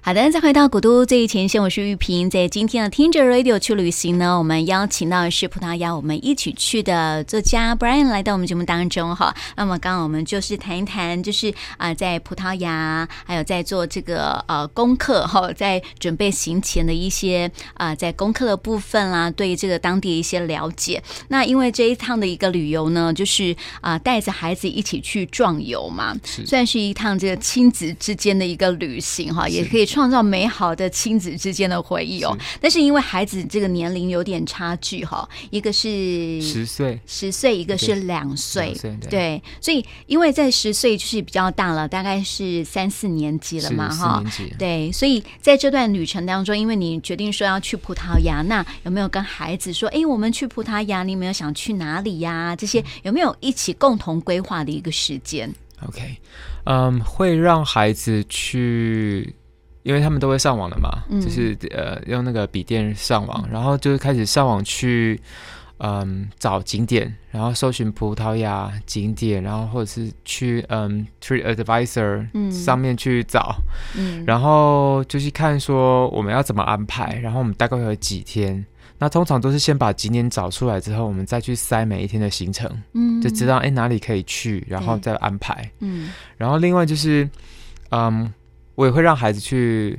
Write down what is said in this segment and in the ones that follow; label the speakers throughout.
Speaker 1: 好的，再回到古都最前线，我是玉萍。在今天的听着 Radio 去旅行呢，我们邀请到的是葡萄牙我们一起去的作家 Brian 来到我们节目当中哈。那么刚刚我们就是谈一谈，就是啊、呃在葡萄牙还有在做这个呃功课哈，在准备行前的一些啊、呃在功课的部分啦，对这个当地的一些了解。那因为这一趟的一个旅游呢，就是啊、呃带着孩子一起去壮游嘛，
Speaker 2: 是
Speaker 1: 算是一趟这个亲子之间的一个旅行哈，也
Speaker 2: 是
Speaker 1: 可以创造美好的亲子之间的回忆哦。但是因为孩子这个年龄有点差距哈，一个是
Speaker 2: 十岁，
Speaker 1: 十岁，一个是两岁
Speaker 2: 两岁，对
Speaker 1: 对，所以因为在十岁就是比较大了，大概是三四年级了
Speaker 2: 是
Speaker 1: 嘛
Speaker 2: 四
Speaker 1: 哈
Speaker 2: 年。级，
Speaker 1: 对，所以在这段旅程当中，因为你决定说要去葡萄牙，那有没有跟孩子说，哎，我们去葡萄牙，你有没有想去哪里呀、这些有没有一起共同规划的一个时间？
Speaker 2: OK，嗯，会让孩子去，因为他们都会上网了嘛，
Speaker 1: 嗯
Speaker 2: 就是呃用那个笔电上网，然后就是开始上网去，嗯，找景点，然后搜寻葡萄牙景点，然后或者是去嗯 Trip Advisor
Speaker 1: 嗯
Speaker 2: 上面去找，
Speaker 1: 嗯，
Speaker 2: 然后就是看说我们要怎么安排，然后我们大概有几天。那通常都是先把景点找出来之后，我们再去塞每一天的行程，
Speaker 1: 嗯
Speaker 2: 就知道哎、诶哪里可以去，然后
Speaker 1: 对
Speaker 2: 再安排。
Speaker 1: 嗯
Speaker 2: 然后另外就是，嗯，我也会让孩子去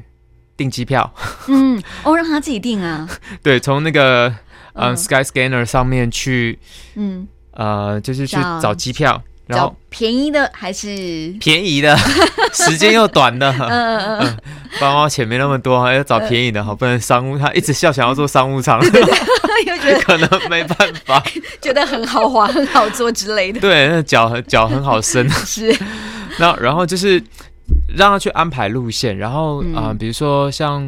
Speaker 2: 订机票，
Speaker 1: 嗯，哦，让他自己定啊，
Speaker 2: 对，从那个 嗯、
Speaker 1: 嗯
Speaker 2: Sky Scanner 上面去，
Speaker 1: 嗯，
Speaker 2: 呃，就是去
Speaker 1: 找
Speaker 2: 找机票，然
Speaker 1: 找
Speaker 2: 后
Speaker 1: 便宜的还是
Speaker 2: 便宜的， 时间又短的，
Speaker 1: 嗯嗯嗯，
Speaker 2: 包包钱没那么多，要找便宜的，好，不能商务，他一直笑想要做商务舱，
Speaker 1: 又觉得
Speaker 2: 可能没办法，
Speaker 1: 觉得很豪华、很好做之类的，
Speaker 2: 对，那脚脚很好伸，
Speaker 1: 是，
Speaker 2: 那然后就是让他去安排路线，然后
Speaker 1: 嗯
Speaker 2: 啊、呃比如说像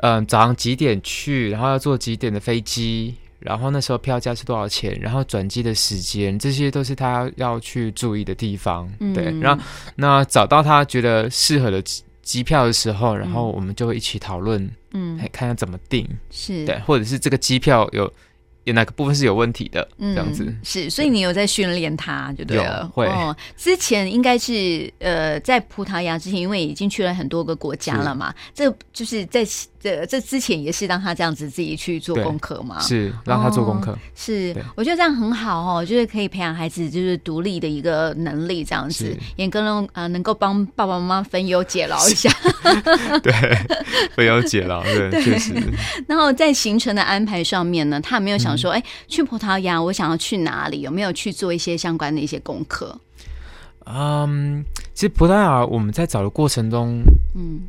Speaker 2: 嗯、呃早上几点去，然后要坐几点的飞机，然后那时候票价是多少钱，然后转机的时间，这些都是他要去注意的地方。
Speaker 1: 嗯
Speaker 2: 对，然后那找到他觉得适合的机机票的时候，然后我们就会一起讨论，
Speaker 1: 嗯
Speaker 2: 哎，看要怎么定，
Speaker 1: 是
Speaker 2: 对，或者是这个机票有有哪个部分是有问题的，这样子。
Speaker 1: 嗯、是，所以你有在训练他，就对
Speaker 2: 有
Speaker 1: 了。
Speaker 2: 会
Speaker 1: 哦，之前应该是呃，在葡萄牙之前，因为已经去了很多个国家
Speaker 2: 是
Speaker 1: 了嘛，这就是在这这之前也是让他这样子自己去做
Speaker 2: 对
Speaker 1: 功课嘛。
Speaker 2: 是让他做功
Speaker 1: 哦
Speaker 2: 课，
Speaker 1: 是
Speaker 2: 对，
Speaker 1: 我觉得这样很好哦，就是可以培养孩子就是独立的一个能力，这样子
Speaker 2: 是
Speaker 1: 也跟能呃能够帮爸爸妈妈分忧解劳一下。
Speaker 2: 对，不了解了，对，确实。
Speaker 1: 然后在行程的安排上面呢，他有没有想
Speaker 2: 嗯
Speaker 1: 说，哎、去葡萄牙我想要去哪里？有没有去做一些相关的一些功课？
Speaker 2: 嗯，其实葡萄牙我们在找的过程中，
Speaker 1: 嗯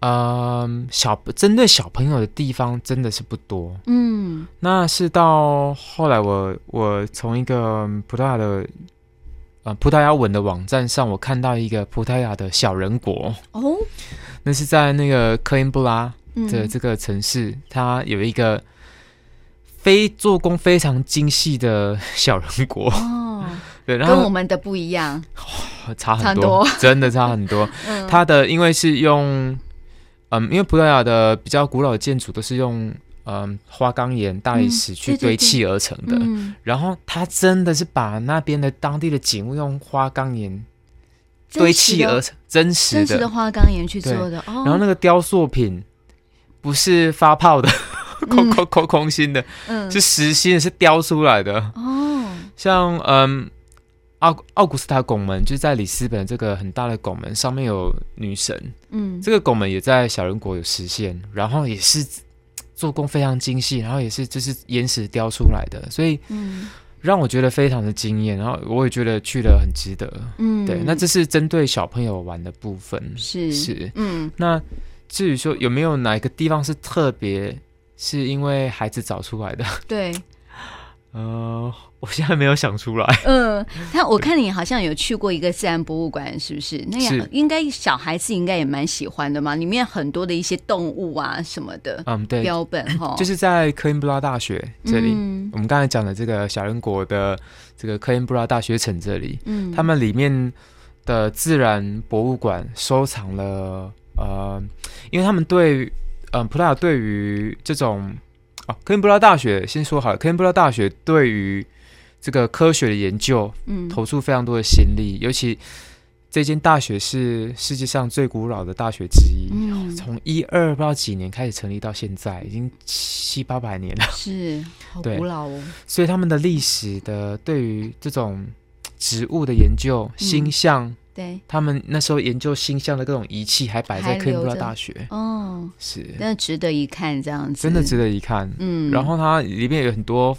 Speaker 2: 嗯，小针对小朋友的地方真的是不多。
Speaker 1: 嗯
Speaker 2: 那是到后来我我从一个葡萄牙的呃葡萄牙文的网站上，我看到一个葡萄牙的小人国，
Speaker 1: 哦，
Speaker 2: 那是在那个科恩布拉
Speaker 1: 嗯
Speaker 2: 的这个城市，它有一个非做工非常精细的小人国。
Speaker 1: 哦，
Speaker 2: 对，然
Speaker 1: 跟我
Speaker 2: 后
Speaker 1: 们的不一样，差
Speaker 2: 差
Speaker 1: 很
Speaker 2: 很多，真的差很多。
Speaker 1: 嗯，
Speaker 2: 它的因为是用，嗯，因为葡萄牙的比较古老的建筑都是用嗯花岗岩、大理石
Speaker 1: 嗯
Speaker 2: 去
Speaker 1: 对对
Speaker 2: 堆砌而成的，
Speaker 1: 嗯，
Speaker 2: 然后它真的是把那边的当地的景物用花岗岩
Speaker 1: 真
Speaker 2: 堆
Speaker 1: 实
Speaker 2: 砌
Speaker 1: 的
Speaker 2: 而成，真实的。
Speaker 1: 真实的花岗岩去
Speaker 2: 对
Speaker 1: 做的哦，
Speaker 2: 然后那个雕塑品不是发泡的， 空空空空心的，
Speaker 1: 嗯
Speaker 2: 是实心的，是雕出来的。
Speaker 1: 哦，
Speaker 2: 像嗯，奥奥古斯塔拱门就是在里斯本这个很大的拱门上面有女神。
Speaker 1: 嗯，
Speaker 2: 这个拱门也在小人国有实现，然后也是嘖做工非常精细，然后也是就是岩石雕出来的，所以
Speaker 1: 嗯
Speaker 2: 让我觉得非常的惊艳，然后我也觉得去了很值得。
Speaker 1: 嗯，
Speaker 2: 对，那这是针对小朋友玩的部分。
Speaker 1: 是
Speaker 2: 是
Speaker 1: 嗯
Speaker 2: 那至于说有没有哪一个地方是特别，是因为孩子找出来的？
Speaker 1: 对，
Speaker 2: 呃，我现在没有想出来。
Speaker 1: 嗯，但我看你好像有去过一个自然博物馆，是不是？那样
Speaker 2: 是
Speaker 1: 应该小孩子应该也蛮喜欢的嘛，里面很多的一些动物啊什么的
Speaker 2: 嗯，对，
Speaker 1: 标本 哈，
Speaker 2: 就是在科恩布拉大学这里。
Speaker 1: 嗯
Speaker 2: 我们刚才讲的这个小人国的这个科恩布拉大学城这里，
Speaker 1: 嗯，
Speaker 2: 他们里面的自然博物馆收藏了呃，因为他们对嗯、呃葡萄牙对于这种哦，科恩布拉大学先说好了，科恩布拉大学对于这个科学的研究
Speaker 1: 嗯
Speaker 2: 投注非常多的心力，尤其这间大学是世界上最古老的大学之一，
Speaker 1: 嗯
Speaker 2: 从一二不知道几年开始成立到现在，已经七八百年了。
Speaker 1: 是好
Speaker 2: 啊对
Speaker 1: 古老哦，
Speaker 2: 所以他们的历史的对于这种植物的研
Speaker 1: 嗯
Speaker 2: 究、星象，
Speaker 1: 对，
Speaker 2: 他们那时候研究星象的各种仪器还摆在
Speaker 1: 还
Speaker 2: 科
Speaker 1: 留
Speaker 2: 布拉
Speaker 1: 着
Speaker 2: 大学，
Speaker 1: 哦，
Speaker 2: 是
Speaker 1: 那值得一看，这样子，
Speaker 2: 真的值得一看。
Speaker 1: 嗯，
Speaker 2: 然后它里面有很多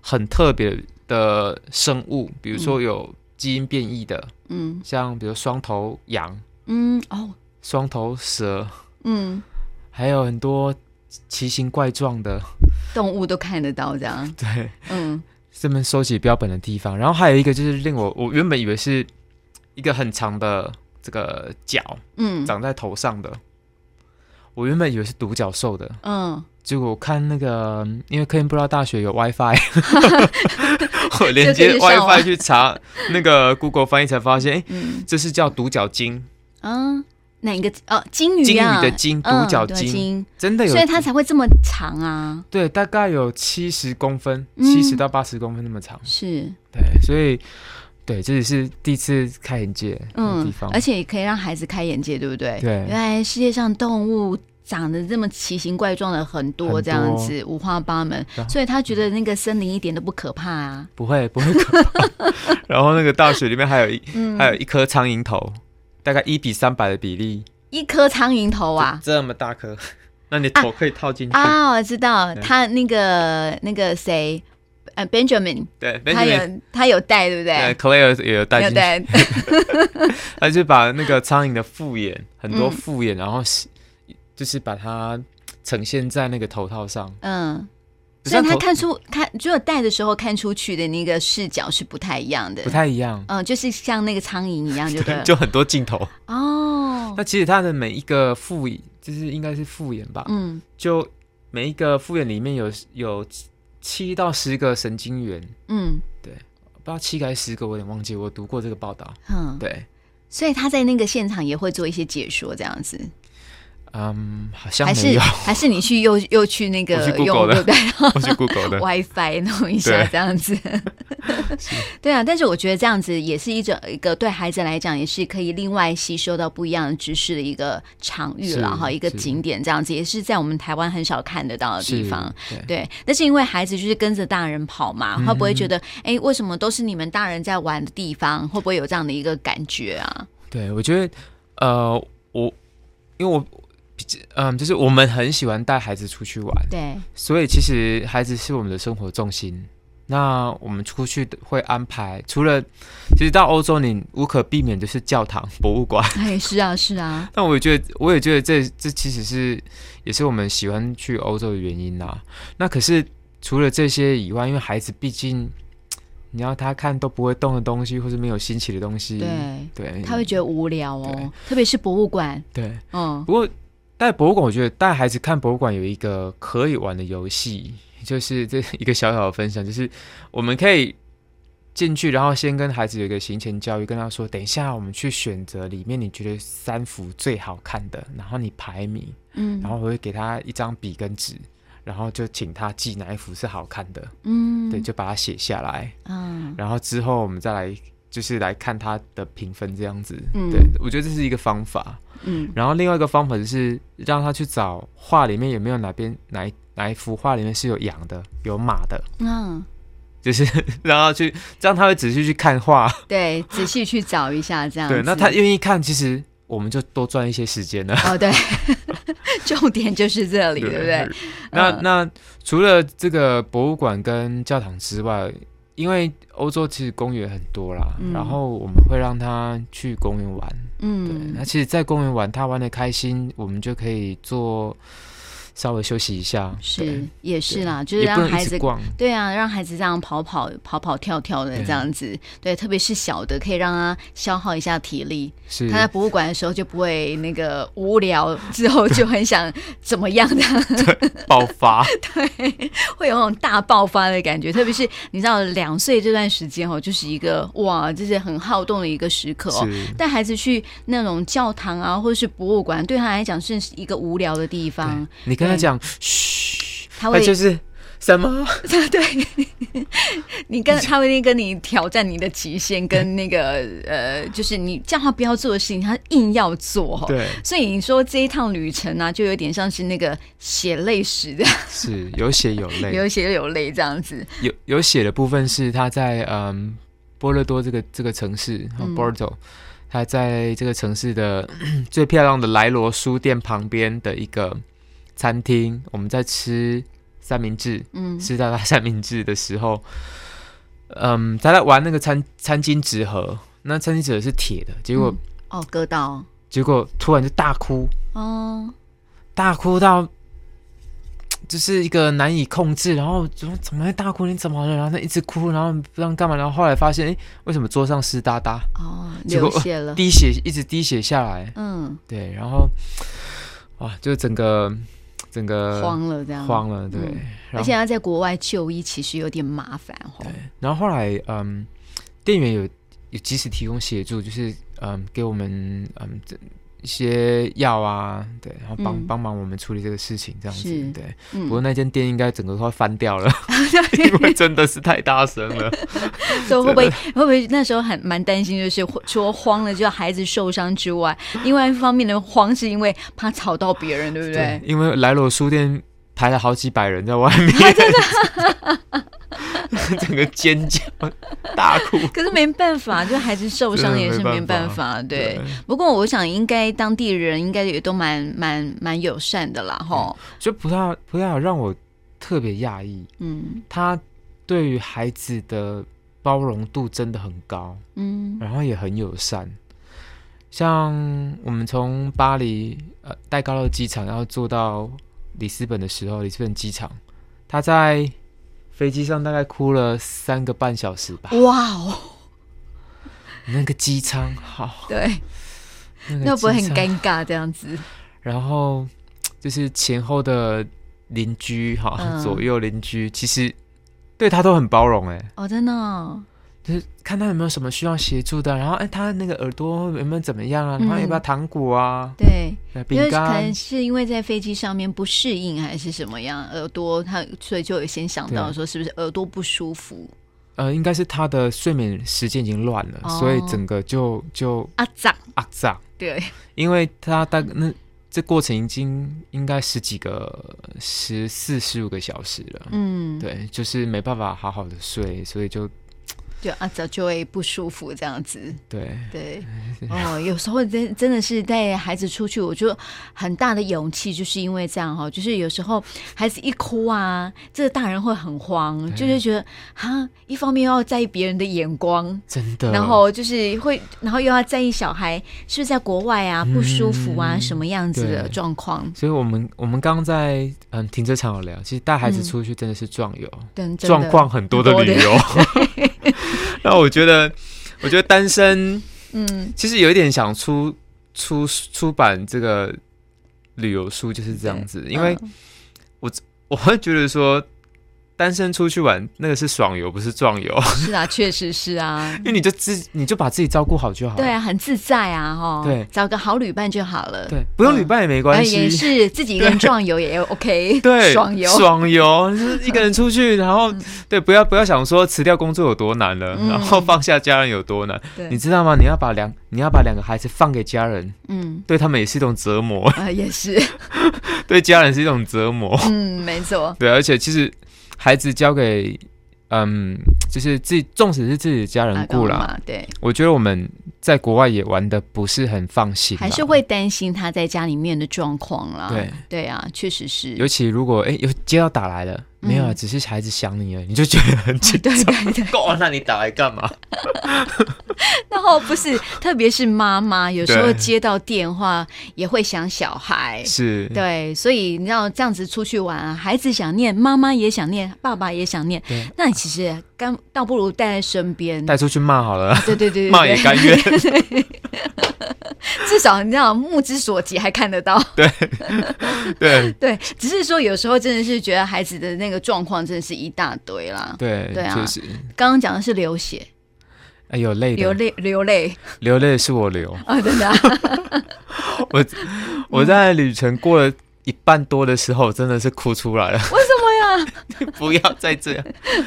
Speaker 2: 很特别的生物，比如说有基因变异的，
Speaker 1: 嗯
Speaker 2: 像比如双头羊、
Speaker 1: 嗯哦
Speaker 2: 双头蛇，
Speaker 1: 嗯，
Speaker 2: 还有很多奇形怪状的，
Speaker 1: 动物都看得到这样，
Speaker 2: 对，
Speaker 1: 嗯
Speaker 2: 这边收集标本的地方。然后还有一个就是令我我原本以为是一个很长的这个角
Speaker 1: 嗯
Speaker 2: 长在头上的，我原本以为是独角兽的，
Speaker 1: 嗯，
Speaker 2: 结果我看那个嗯因为科林布拉大学 有 WiFi，我连
Speaker 1: 就可
Speaker 2: 接
Speaker 1: 以上网
Speaker 2: WiFi 去查那个 Google 翻译才发现，哎、
Speaker 1: 嗯
Speaker 2: 这是叫独角鲸，
Speaker 1: 啊，哪一个哦，金
Speaker 2: 鲸
Speaker 1: 鱼啊，
Speaker 2: 鱼的鲸，独
Speaker 1: 嗯
Speaker 2: 角
Speaker 1: 对
Speaker 2: 鲸，
Speaker 1: 鲸，
Speaker 2: 真的有
Speaker 1: 所以它才会这么长啊，
Speaker 2: 对，大概有七十公分，
Speaker 1: 嗯
Speaker 2: 七十到八十公分那么长。
Speaker 1: 是，
Speaker 2: 对，所以对，这也是第一次开眼界的地
Speaker 1: 嗯
Speaker 2: 方，，
Speaker 1: 而且也可以让孩子开眼界，对不对？
Speaker 2: 对
Speaker 1: 原来世界上动物长得这么奇形怪状的很
Speaker 2: 很
Speaker 1: 多，
Speaker 2: 多
Speaker 1: 这样子五花八门
Speaker 2: 然，后
Speaker 1: 所以他觉得那个森林一点都不可怕啊。
Speaker 2: 不会不会可怕。 然后那个大学里面还有一、
Speaker 1: 嗯，
Speaker 2: 还有一颗苍蝇头，大概一比三百的比例，
Speaker 1: 一颗苍蝇头啊。
Speaker 2: 这么大颗，那你头可以套进去。
Speaker 1: 啊，我知道，
Speaker 2: 对
Speaker 1: 他那个那个谁，呃，Benjamin，
Speaker 2: 对，
Speaker 1: 他
Speaker 2: Benjamin-
Speaker 1: 有他有带，对不对？
Speaker 2: 对，Claire 也有带
Speaker 1: 有
Speaker 2: 进去，
Speaker 1: 带，
Speaker 2: 他就把那个苍蝇的复眼，很多
Speaker 1: 嗯
Speaker 2: 复眼，然后是就是把它呈现在那个头套上，
Speaker 1: 嗯，
Speaker 2: 不
Speaker 1: 所以
Speaker 2: 像
Speaker 1: 他
Speaker 2: 头
Speaker 1: 看出看，只有带的时候看出去的那个视角是不太一样的
Speaker 2: 不，太一样，
Speaker 1: 嗯，就是像那个苍蝇一样，就对了。
Speaker 2: 就很多镜头。
Speaker 1: 哦，
Speaker 2: 那其实它的每一个复眼，就是应该是复眼吧，
Speaker 1: 嗯，
Speaker 2: 就每一个复眼里面有有七到十个神经元，
Speaker 1: 嗯
Speaker 2: 不知道七个还是十个，我有点忘记，我读过这个报道。
Speaker 1: 哼，
Speaker 2: 对，
Speaker 1: 所以他在那个现场也会做一些解说，这样子，
Speaker 2: 嗯，好像
Speaker 1: 还
Speaker 2: 没
Speaker 1: 是
Speaker 2: 有，
Speaker 1: 还是你去又又去那
Speaker 2: 我
Speaker 1: 个
Speaker 2: 去 Google
Speaker 1: 用对
Speaker 2: 的
Speaker 1: 不对
Speaker 2: 我去 Google 的，
Speaker 1: ？WiFi 弄一下
Speaker 2: 对
Speaker 1: 这样子， 对啊，但是我觉得这样子也是一种一个对孩子来讲也是可以另外吸收到不一样的知识的一个场域了
Speaker 2: 是
Speaker 1: 哈，一个
Speaker 2: 是
Speaker 1: 景点这样子，也是在我们台湾很少看得到的
Speaker 2: 是嗯
Speaker 1: 地方。，
Speaker 2: 对，
Speaker 1: 对，那是因为孩子就是跟着大人跑嘛，会不会觉得，哎、为什么都是你们大人在玩的地方？会不会有这样的一个感觉啊？
Speaker 2: 对，我觉得，呃，我因为我比较，嗯，就是我们很喜欢带孩子出去玩，
Speaker 1: 对，
Speaker 2: 所以其实孩子是我们的生活重心。那我们出去的会安排，除了其实到欧洲，你无可避免的是教堂、博物馆。
Speaker 1: 哎，是啊，是啊，
Speaker 2: 但我也觉得，我也觉得这这其实是也是我们喜欢去欧洲的原因啦、那可是除了这些以外，因为孩子毕竟你要他看都不会动的东西，或是没有新奇的东西，
Speaker 1: 对，
Speaker 2: 对，
Speaker 1: 他会觉得无聊
Speaker 2: 对
Speaker 1: 哦，特别是博物馆，
Speaker 2: 对。
Speaker 1: 嗯，
Speaker 2: 不过带博物馆，我觉得带孩子看博物馆有一个可以玩的游戏， 就是这一个小小的分享，就是我们可以进去，然后先跟孩子有一个行前教育，跟他说，等一下我们去选择里面你觉得三幅最好看的，然后你排名，
Speaker 1: 嗯
Speaker 2: 然后我会给他一张笔跟纸。然后就请他记哪一幅是好看的，
Speaker 1: 嗯，
Speaker 2: 对，就把它写下来。
Speaker 1: 嗯，
Speaker 2: 然后之后我们再来，就是来看他的评分这样子。
Speaker 1: 嗯
Speaker 2: 对，我觉得这是一个方法。
Speaker 1: 嗯，
Speaker 2: 然后另外一个方法就是让他去找画里面有没有哪边哪一哪一幅画里面是有羊的、有 马的，
Speaker 1: 嗯，
Speaker 2: 就是让他去，这样他会仔细去看画。
Speaker 1: 对，仔细去找一下这样子。
Speaker 2: 对，那他愿意看，其实我们就多赚一些时间了。
Speaker 1: 哦，对， 重点就是这里，对不对？？
Speaker 2: 那
Speaker 1: 嗯
Speaker 2: 那除了这个博物馆跟教堂之外，因为欧洲其实公园很多啦，
Speaker 1: 嗯
Speaker 2: 然后我们会让他去公园玩。对，那
Speaker 1: 嗯，
Speaker 2: 其实，在公园玩他玩的开心，我们就可以做稍微休息一下。对
Speaker 1: 是，也是
Speaker 2: 对
Speaker 1: 啦，就是
Speaker 2: 也
Speaker 1: 让
Speaker 2: 不能
Speaker 1: 孩
Speaker 2: 一直
Speaker 1: 子
Speaker 2: 逛，
Speaker 1: 对啊，让孩子这样跑跑跑跑跳跳的
Speaker 2: 对
Speaker 1: 这样子，对，特别是小的，可以让他消耗一下体力。
Speaker 2: 是
Speaker 1: 他在博物馆的时候就不会那个无聊，之后就很想怎么样的，
Speaker 2: 爆发，
Speaker 1: 会有那种大爆发的感觉。特别是你知道，两岁这段时间哦，就是一个哇，就是很好动的一个时刻哦。
Speaker 2: 是
Speaker 1: 带孩子去那种教堂啊，或者是博物馆，对他来讲是一个无聊的地方
Speaker 2: 对，你跟他
Speaker 1: 对
Speaker 2: 讲，嘘，
Speaker 1: 他
Speaker 2: 他
Speaker 1: 会
Speaker 2: 就是什么？
Speaker 1: 对，你跟他会一定跟你挑战你的极限，跟那个 呃，就是你叫他不要做的事情，他硬要做哦。
Speaker 2: 对，
Speaker 1: 所以你说这一趟旅程啊，就有点像是那个血泪史的，
Speaker 2: 是有血有泪。
Speaker 1: 有血有泪这样子。
Speaker 2: 有有血的部分是他在嗯波勒多这个这个城市、哦
Speaker 1: 嗯
Speaker 2: Porto，他在这个城市的 最漂亮的莱罗书店旁边的一个餐厅，我们在吃三明治，
Speaker 1: 嗯
Speaker 2: 吃到他三明治的时候，嗯，他在玩那个餐餐巾纸盒，那餐巾纸盒是铁的，结果、
Speaker 1: 嗯哦，割到
Speaker 2: 结果突然就大哭，
Speaker 1: 哦，
Speaker 2: 大哭到就是一个难以控制，然后怎么怎么会大哭？你怎么了？然后他一直哭，然后不知道干嘛，然后后来发现，哎，为什么桌上湿哒哒，
Speaker 1: 哦，
Speaker 2: 结
Speaker 1: 流
Speaker 2: 果
Speaker 1: 血了。
Speaker 2: 滴血一直滴血下来？
Speaker 1: 嗯，
Speaker 2: 对，然后哇，就整个整个
Speaker 1: 慌了这样。
Speaker 2: 呃慌了，对，
Speaker 1: 嗯而
Speaker 2: 然
Speaker 1: 且
Speaker 2: 后
Speaker 1: 他在国外就医其实有点麻烦哦。
Speaker 2: 然后后来嗯，店员有有及时提供协助，就是嗯给我们嗯这一些药啊，对，然后帮、
Speaker 1: 嗯
Speaker 2: 帮忙我们处理这个事情，这样子
Speaker 1: 是，
Speaker 2: 对。
Speaker 1: 嗯
Speaker 2: 不过那间店应该整个都要翻掉了， 因为真的是太大声了。
Speaker 1: 所以会不会会不会那时候很蛮担心，就是除了慌了，就孩子受伤之外， 另外一方面的慌是因为怕吵到别人， 对不对？，
Speaker 2: 因为莱罗书店排了好几百人在外 面，
Speaker 1: 啊
Speaker 2: 整个尖叫大哭。
Speaker 1: 可是没办法，就孩子受伤也是
Speaker 2: 真的
Speaker 1: 没
Speaker 2: 没
Speaker 1: 办
Speaker 2: 办
Speaker 1: 法，对。不过我想，应该当地人应该也都蛮蛮蛮友善的啦，吼，
Speaker 2: 就葡萄葡萄牙让我特别讶异，
Speaker 1: 嗯
Speaker 2: 他对于孩子的包容度真的很高，
Speaker 1: 嗯
Speaker 2: 然后也很友善。像我们从巴黎呃戴高乐机场要坐到里斯本的时候，里斯本机场，他在飞机上大概哭了三个半小时吧。
Speaker 1: 哇哦，
Speaker 2: 那个机舱好，
Speaker 1: 对，
Speaker 2: 那个
Speaker 1: 那不会很
Speaker 2: 机舱
Speaker 1: 尴尬这样子？
Speaker 2: 然后就是前后的邻居哈，
Speaker 1: 嗯
Speaker 2: 左右邻居其实对他都很包容哎、
Speaker 1: 哦，真的哦、
Speaker 2: 就是看他有没有什么需要协助的，然后哎他那个耳朵有没有怎么样啊，然后
Speaker 1: 嗯
Speaker 2: 要不要糖果啊、
Speaker 1: 对，因
Speaker 2: 饼
Speaker 1: 为可
Speaker 2: 干
Speaker 1: 能，是因为在飞机上面不适应还是什么样，耳朵他所以就有先想到
Speaker 2: 对
Speaker 1: 说是不是耳朵不舒服
Speaker 2: 呃应该是他的睡眠时间已经乱了，
Speaker 1: 哦
Speaker 2: 所以整个就就
Speaker 1: 啊？长
Speaker 2: 啊胀，
Speaker 1: 对，
Speaker 2: 因为他大概那。这过程已经应该十几个、十四、十五个小时了，
Speaker 1: 嗯，
Speaker 2: 对，就是没办法好好的睡，所以就
Speaker 1: 就啊早就会不舒服这样子，
Speaker 2: 对，
Speaker 1: 对，哦，有时候真真的是带孩子出去，我就很大的勇气，就是因为这样哈、哦，就是有时候孩子一哭啊，这个大人会很慌，就是觉得啊，一方面又要在意别人的眼光，
Speaker 2: 真的。
Speaker 1: 然后就是会，然后又要在意小孩是不是在国外啊不舒服啊、
Speaker 2: 嗯
Speaker 1: 什么样子的
Speaker 2: 对
Speaker 1: 状况，
Speaker 2: 所以我们我们刚刚在嗯停车场有聊，其实带孩
Speaker 1: 嗯
Speaker 2: 子出去真的是壮游，
Speaker 1: 等真的
Speaker 2: 状况很多的旅游。 那我觉得，我觉得单身
Speaker 1: 嗯
Speaker 2: 其实有一点想出出出版这个旅游书就是这样子，因为
Speaker 1: 嗯
Speaker 2: 我会觉得说。单身出去玩，那个是爽游，不 是壮游，
Speaker 1: 是啊，确实是啊，
Speaker 2: 因为你就自你就把自己照顾好就好 了。
Speaker 1: 对啊，很自在啊哈、哦，
Speaker 2: 对
Speaker 1: 找个好旅伴就好了，
Speaker 2: 对不用旅伴也没关
Speaker 1: 哎，
Speaker 2: 系、
Speaker 1: 也是自己一个人壮游也 OK，
Speaker 2: 对，
Speaker 1: 爽游，
Speaker 2: 爽游，就是一个人 出去，然后对，不要不要想说辞掉工作有多难了，
Speaker 1: 嗯
Speaker 2: 然后放下家人有多难，
Speaker 1: 对
Speaker 2: 你知道吗？你要把两你要把两个孩子放给家人，
Speaker 1: 嗯，
Speaker 2: 对他们也是一种折磨，
Speaker 1: 啊、也是，
Speaker 2: 对家人是一种折磨，
Speaker 1: 嗯，没错，
Speaker 2: 对，而且其实孩子交给嗯，就是自己，纵使是自己的家人
Speaker 1: 啊
Speaker 2: 顾
Speaker 1: 干
Speaker 2: 啦，
Speaker 1: 嘛？对，
Speaker 2: 我觉得我们在国外也玩的不是很放心啦，
Speaker 1: 还是会担心他在家里面的状况啦，
Speaker 2: 对，
Speaker 1: 对啊，确实是，
Speaker 2: 尤其如果哎有接到打来了，没有啊，
Speaker 1: 嗯
Speaker 2: 只是孩子想你了，你就觉得很紧张。
Speaker 1: 对对对，
Speaker 2: 够， 那你打来干嘛？
Speaker 1: 然后不 是，特别是妈妈，有时候
Speaker 2: 对
Speaker 1: 接到电话也会想小孩。
Speaker 2: 是，
Speaker 1: 对，所以你知道这样子出去玩啊，孩子想念，妈妈也想念，爸爸也想念
Speaker 2: 对，
Speaker 1: 那你其实干倒不如带在身边。
Speaker 2: 带出去骂好了，
Speaker 1: 对对对对，
Speaker 2: 骂也
Speaker 1: 对
Speaker 2: 甘 愿。
Speaker 1: 至少你知道目之所及还看得到。
Speaker 2: 对
Speaker 1: 对，只是说有时候真的是觉得孩子的那个状况真的是一大堆啦。
Speaker 2: 对
Speaker 1: 对啊
Speaker 2: 就是
Speaker 1: 刚刚讲的是流血、
Speaker 2: 哎有泪的
Speaker 1: 流泪、流泪
Speaker 2: 流泪的是我流。
Speaker 1: 啊，真的啊、
Speaker 2: 我在旅程过了一半多的时候，真的是哭出来了。
Speaker 1: 为什么呀？
Speaker 2: 不要再这样，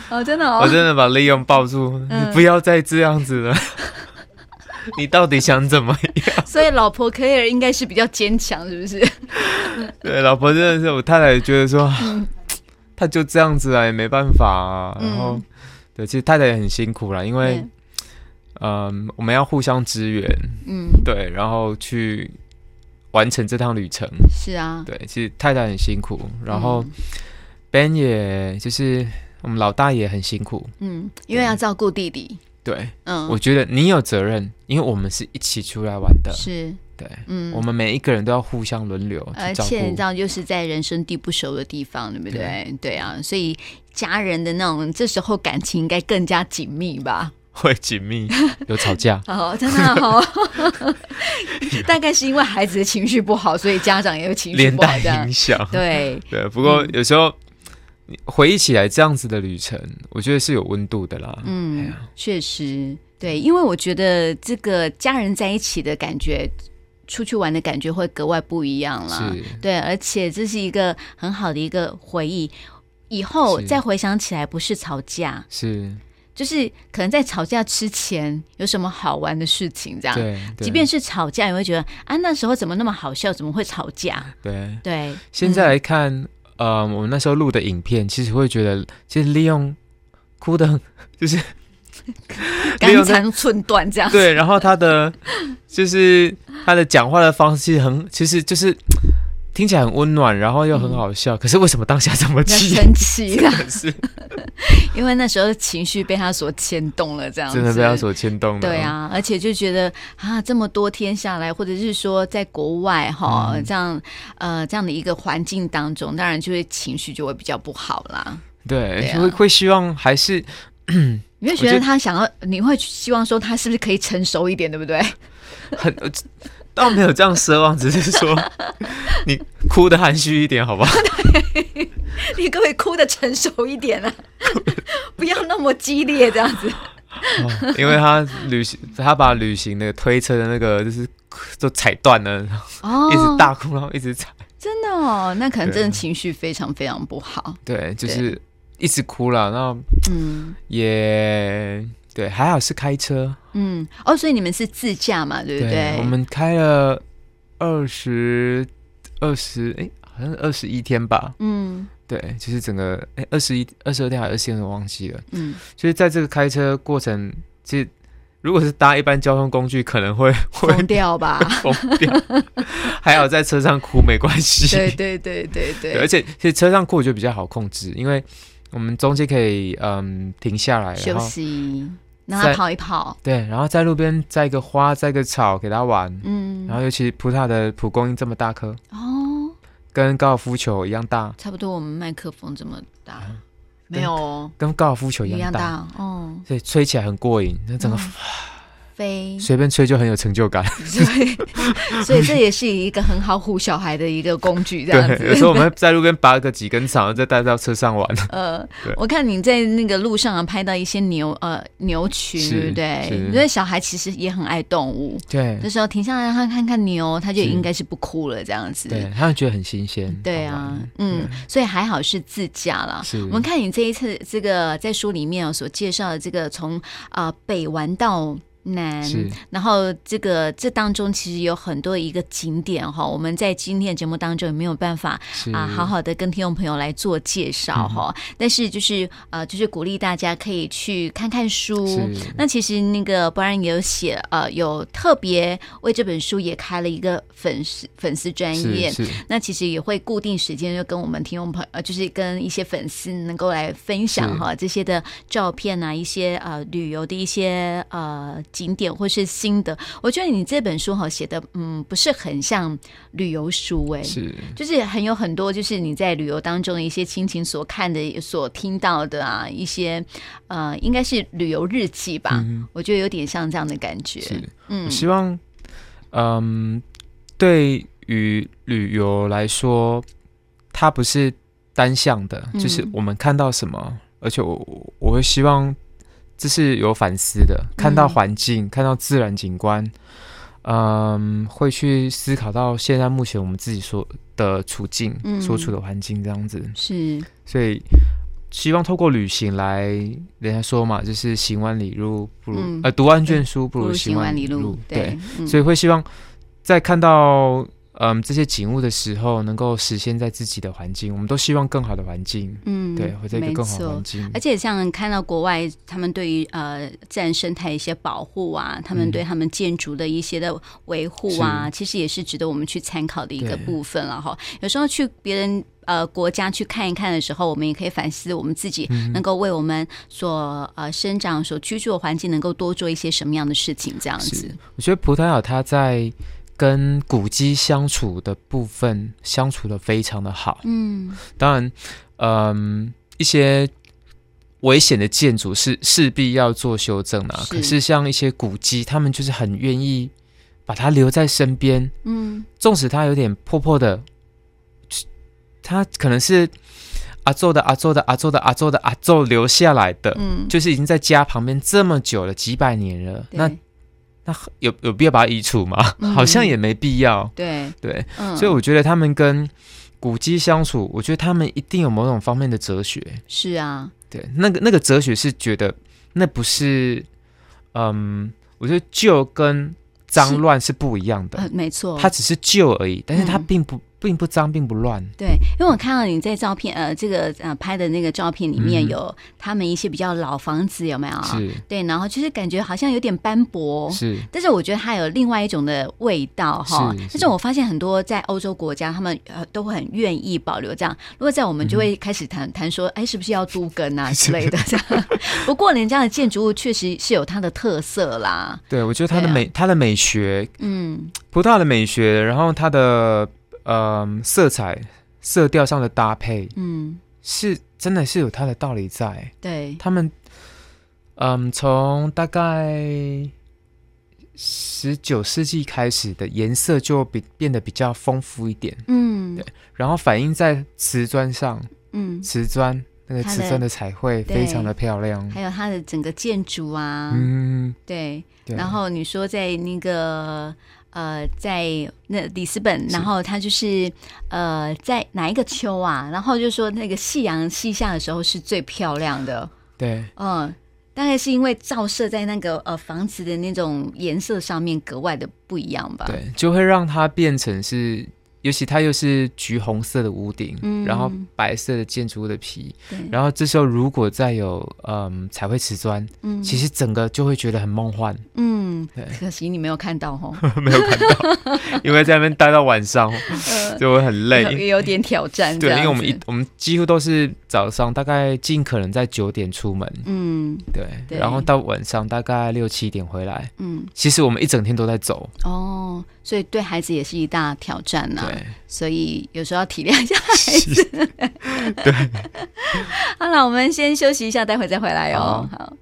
Speaker 1: 哦，真的
Speaker 2: 我
Speaker 1: 哦，
Speaker 2: 真的把 Leon 抱住，
Speaker 1: 嗯
Speaker 2: 你不要再这样子 了。你到底想怎么样？
Speaker 1: 所以老婆 Claire 应该是比较坚强，是不是？
Speaker 2: 对，老婆真的是我太太也觉得说，他就这样子啊，也没办法啊。然
Speaker 1: 嗯
Speaker 2: 后
Speaker 1: 嗯，
Speaker 2: 对，其实太太也很辛苦啦，因为
Speaker 1: 对
Speaker 2: 嗯，我们要互相支援，
Speaker 1: 嗯，
Speaker 2: 对，然后去完成这趟旅程。
Speaker 1: 是啊，
Speaker 2: 对，其实太太很辛苦，然后
Speaker 1: 嗯
Speaker 2: Ben 也就是我们老大也很辛苦。
Speaker 1: 嗯，嗯，因为要照顾弟弟，
Speaker 2: 对，
Speaker 1: 嗯，
Speaker 2: 我觉得你有责任，因为我们是一起出来玩的，
Speaker 1: 是，
Speaker 2: 对，
Speaker 1: 嗯呃
Speaker 2: 我。们每一个人都要互相轮流去
Speaker 1: 而
Speaker 2: 照
Speaker 1: 且你知
Speaker 2: 顾。
Speaker 1: 道，就是在人生地不熟的地方，对不对？对啊，所以家人的那种这时候感情应该更加紧密吧？，
Speaker 2: 会紧密，有吵架
Speaker 1: 哦， 真的哦， 大概是因为孩子的情绪不好，所以家长也有情绪
Speaker 2: 连
Speaker 1: 不好
Speaker 2: 带
Speaker 1: 这样
Speaker 2: 影。响。
Speaker 1: 对，嗯
Speaker 2: 对，不过有时候你回忆起来这样子的旅程，我觉得是有温度的啦。哎
Speaker 1: 嗯
Speaker 2: 呀，
Speaker 1: 确实，对，因为我觉得这个家人在一起的感觉，出去玩的感觉会格外不一样啦。
Speaker 2: 是，
Speaker 1: 对，而且这是一个很好的一个回忆，以后
Speaker 2: 是
Speaker 1: 再回想起来，不是吵架，
Speaker 2: 是，
Speaker 1: 就是可能在吵架之前有什么好玩的事情这样。
Speaker 2: 对，对
Speaker 1: 啊即便是吵架，也会觉得啊，那时候怎么那么好笑，怎么会吵架？
Speaker 2: 对，
Speaker 1: 对，
Speaker 2: 现在来看，呃，我们那时候录的影片，其实会觉得，其实利用 哭的，就是
Speaker 1: 嗯
Speaker 2: 利用
Speaker 1: 肝肠寸断这样。
Speaker 2: 对，然后他的就是他的讲话的方式很，其实就是听起来很温暖，然后又很好笑，可是为什么当下这么
Speaker 1: 要 嗯
Speaker 2: 气？
Speaker 1: 生气了，
Speaker 2: 是
Speaker 1: 因为那时候情绪被他所牵动了，这样子
Speaker 2: 真的被他所牵动的。
Speaker 1: 对，啊，而且就觉得啊，这么多天下来，或者是说在国外哈、
Speaker 2: 嗯
Speaker 1: 这样呃这样的一个环境当中，当然就会情绪就会比较不好啦。对
Speaker 2: 对，
Speaker 1: 啊
Speaker 2: 会会希望还是
Speaker 1: 你会觉
Speaker 2: 我
Speaker 1: 得
Speaker 2: 觉得
Speaker 1: 他想要，你会希望说他是不是可以成熟一点，对不 对？
Speaker 2: 很，呃倒没有这样奢望，只是说你哭的含蓄一点，好吧？
Speaker 1: 你可不可以哭的成熟一点啊？ 不要那么激烈这 样子。
Speaker 2: 哦因为他旅行，他把旅行那个推车的那个就是都踩断了，然后
Speaker 1: 哦，
Speaker 2: 一直大哭，然后一直踩，
Speaker 1: 真的哦，那可能
Speaker 2: 对啊
Speaker 1: 真的情绪非常非常不好。
Speaker 2: 对，就是一直哭了，然后
Speaker 1: 嗯
Speaker 2: 也对，还好是开车，
Speaker 1: 嗯，哦，所以你们是自驾嘛，对不对？
Speaker 2: 我们开了二十二十，哎，好像二十一天吧，
Speaker 1: 嗯
Speaker 2: 对，就是整个哎二十一二十二天还是二十天，我忘记了，
Speaker 1: 嗯，
Speaker 2: 就是在这个开车过程，其实如果是搭一般交通工具，可能会 会
Speaker 1: 疯掉 吧？
Speaker 2: 疯掉，还好在车上哭没关系，
Speaker 1: 对对对对对。
Speaker 2: 对而且其实车上哭我觉得比较好控制，因为我们中间可以嗯停下来，然
Speaker 1: 休
Speaker 2: 后
Speaker 1: 息，让他
Speaker 2: 在
Speaker 1: 跑一跑。
Speaker 2: 对，然后在路边摘个花，摘个草给它玩。
Speaker 1: 嗯，
Speaker 2: 然后尤其葡萄的蒲公英这么大颗，
Speaker 1: 哦，
Speaker 2: 跟高尔夫球一样大，
Speaker 1: 差不多我们麦克风这么大，没有哦，
Speaker 2: 嗯跟高尔夫球一
Speaker 1: 一
Speaker 2: 样
Speaker 1: 样
Speaker 2: 大，
Speaker 1: 大嗯哦，
Speaker 2: 所以吹起来很过瘾，那整个
Speaker 1: 飞。
Speaker 2: 随便吹就很有成就感。
Speaker 1: 所以，所以 这也是一个很好唬小孩的一个工具，这样
Speaker 2: 对，有时
Speaker 1: 子。
Speaker 2: 候我们会在路边拔个几根草，然后再带到车上玩。
Speaker 1: 呃
Speaker 2: 对，
Speaker 1: 我看你在那个路上啊拍到一些牛呃牛群，
Speaker 2: 是
Speaker 1: 对不对？
Speaker 2: 是嗯
Speaker 1: 因为小孩其实也很爱动物，
Speaker 2: 对
Speaker 1: 这时候停下来让他看看牛，他就是应该是不哭了这样子。
Speaker 2: 对，他们觉得很新鲜。
Speaker 1: 对
Speaker 2: 好
Speaker 1: 啊
Speaker 2: 玩，
Speaker 1: 嗯，所以还好是自驾啦。
Speaker 2: 是
Speaker 1: 我们看你这一次这个在书里面、哦、所介绍的这个从啊、呃北玩到。南
Speaker 2: 是，
Speaker 1: 然后这个这当中其实有很多一个景点哈、我们在今天的节目当中也没有办法
Speaker 2: 是嗯
Speaker 1: 啊，好好的跟听众朋友来做介绍哈、但是就是呃，就是鼓励大家可以去看看书
Speaker 2: 是。
Speaker 1: 那其实那个不然也有写呃，有特别为这本书也开了一个粉丝粉丝专业
Speaker 2: 是，是
Speaker 1: 那其实也会固定时间就跟我们听众朋友，呃，就是跟一些粉丝能够来分享
Speaker 2: 是
Speaker 1: 哈这些的照片啊，一些呃旅游的一些呃景点或是新的。我觉得你这本书哈写的嗯不是很像旅游书哎、
Speaker 2: 是
Speaker 1: 就是很有很多，就是你在旅游当中的一些亲情所看的、所听到的啊，一些呃，应该是旅游日记吧，
Speaker 2: 嗯
Speaker 1: 我觉得有点像这样的感觉。
Speaker 2: 是。
Speaker 1: 嗯
Speaker 2: 我，希望，嗯，对于旅游来说，它不是单向的，就是
Speaker 1: 嗯
Speaker 2: 我们看到什么，而且我我我会希望这是有反思的，看到
Speaker 1: 嗯
Speaker 2: 环境，看到自然景观，嗯，会去思考到现在目前我们自己所的处境、
Speaker 1: 嗯
Speaker 2: 所处的环境这样子，
Speaker 1: 是，
Speaker 2: 所以希望透过旅行来，人家说嘛，就是行万里路不如、
Speaker 1: 嗯
Speaker 2: 呃读万卷书不
Speaker 1: 不
Speaker 2: 如
Speaker 1: 如
Speaker 2: 行
Speaker 1: 行
Speaker 2: 万
Speaker 1: 万
Speaker 2: 里
Speaker 1: 里
Speaker 2: 路，
Speaker 1: 路，
Speaker 2: 对，，
Speaker 1: 嗯
Speaker 2: 所以会希望在看到嗯这些景物的时候，能够实现在自己的环境，我们都希望更好的环境，
Speaker 1: 嗯，
Speaker 2: 对，或者一个
Speaker 1: 没
Speaker 2: 更好的
Speaker 1: 错
Speaker 2: 环境嗯
Speaker 1: 而，且像看到国外，他们对于呃自然生态一些保护啊，他们
Speaker 2: 嗯
Speaker 1: 对他们建筑的一些的维护啊，其实也是值得我们去参考的一个
Speaker 2: 对
Speaker 1: 部分了哈。有时候去别人呃国家去看一看的时候，我们也可以反思我们自己
Speaker 2: 嗯
Speaker 1: 能够为我们所呃生长、所居住的环境能够多做一些什么样的事情，这样子
Speaker 2: 是。我觉得葡萄牙它在跟古迹相处的部分相处的非常的好，
Speaker 1: 嗯，
Speaker 2: 当然，嗯，一些危险的建筑是势必要做修正啊。
Speaker 1: 是
Speaker 2: 可是像一些古迹，他们就是很愿意把它留在身边，
Speaker 1: 嗯，
Speaker 2: 纵使它有点破破的，它可能是阿宙的阿宙的阿宙的阿宙的阿宙留下来的。
Speaker 1: 嗯，
Speaker 2: 呃就是已经在家旁边这么久了，几百年了，那
Speaker 1: 对
Speaker 2: 那有有必要把它移除吗？
Speaker 1: 嗯
Speaker 2: 好像也没必要。
Speaker 1: 对，
Speaker 2: 对，
Speaker 1: 嗯，
Speaker 2: 所以我觉得他们跟古迹相处，我觉得他们一定有某种方面的哲学。
Speaker 1: 是啊，
Speaker 2: 对，那个那个哲学是觉得那不是，嗯，我觉得旧跟脏
Speaker 1: 是
Speaker 2: 乱是不一样
Speaker 1: 呃
Speaker 2: 的，，
Speaker 1: 没错，
Speaker 2: 它只是旧而已，但是它
Speaker 1: 嗯
Speaker 2: 并不、并不脏，并不乱。
Speaker 1: 对，因为我看到你在照片，呃，这个呃拍的那个照片里面
Speaker 2: 嗯
Speaker 1: 有他们一些比较老房子，有没有？
Speaker 2: 是
Speaker 1: 对，然后就是感觉好像有点斑驳，
Speaker 2: 是，
Speaker 1: 但是我觉得它有另外一种的味道哈
Speaker 2: 是。
Speaker 1: 但是
Speaker 2: 是
Speaker 1: 我发现很多在欧洲国家，他们呃都会很愿意保留这样。如果在我们
Speaker 2: 嗯
Speaker 1: 就会开始谈、谈说，哎，是不是要都更啊之类的这样。 不过人家的建筑物确实是有它的特色啦，
Speaker 2: 对我觉得它的
Speaker 1: 对啊
Speaker 2: 美，它的美学，
Speaker 1: 嗯，
Speaker 2: 葡萄牙的美学，然后它的嗯色彩色调上的搭配，
Speaker 1: 嗯，
Speaker 2: 是真的是有它的道理在。
Speaker 1: 对，
Speaker 2: 他们，嗯，从大概十九世纪开始的颜色就比变得比较丰富一点，
Speaker 1: 嗯
Speaker 2: 然后反映在瓷砖上，
Speaker 1: 嗯，
Speaker 2: 瓷砖那个
Speaker 1: 它
Speaker 2: 瓷
Speaker 1: 的
Speaker 2: 砖的彩绘
Speaker 1: 对
Speaker 2: 非常的漂亮。
Speaker 1: 还有它的整个建筑啊，
Speaker 2: 嗯，
Speaker 1: 对。
Speaker 2: 对，
Speaker 1: 然后你说在那个呃，在那里斯本，
Speaker 2: 是
Speaker 1: 然后它就是呃，在哪一个秋啊？然后就说那个夕阳西下的时候是最漂亮的，
Speaker 2: 对
Speaker 1: 嗯，大概是因为照射在那个呃房子的那种颜色上面格外的不一样吧？，
Speaker 2: 对，就会让它变成是。尤其它又是橘红色的屋顶，
Speaker 1: 嗯
Speaker 2: 然后白色的建筑物的皮，
Speaker 1: 对
Speaker 2: 然后这时候如果再有嗯彩绘瓷砖，
Speaker 1: 嗯
Speaker 2: 其实整个就会觉得很梦幻。
Speaker 1: 嗯
Speaker 2: 对，
Speaker 1: 可惜你没有看到哦，
Speaker 2: 没有看到， 因为在那边待到晚上，就会很 累。
Speaker 1: 呃有
Speaker 2: 因
Speaker 1: 有点挑战这
Speaker 2: 对，
Speaker 1: 样
Speaker 2: 因
Speaker 1: 子，
Speaker 2: 为我们一我们几乎都是早上大概尽可能在九点出门，
Speaker 1: 嗯
Speaker 2: 对，
Speaker 1: 对
Speaker 2: 然后到晚上大概六七点回来。
Speaker 1: 嗯
Speaker 2: 其实我们一整天都在走，
Speaker 1: 哦，所以对孩子也是一大挑战啊呐、
Speaker 2: 对，
Speaker 1: 所以有时候要体谅一下
Speaker 2: 是
Speaker 1: 好了，我们先休息一下，待会再回来哦。好。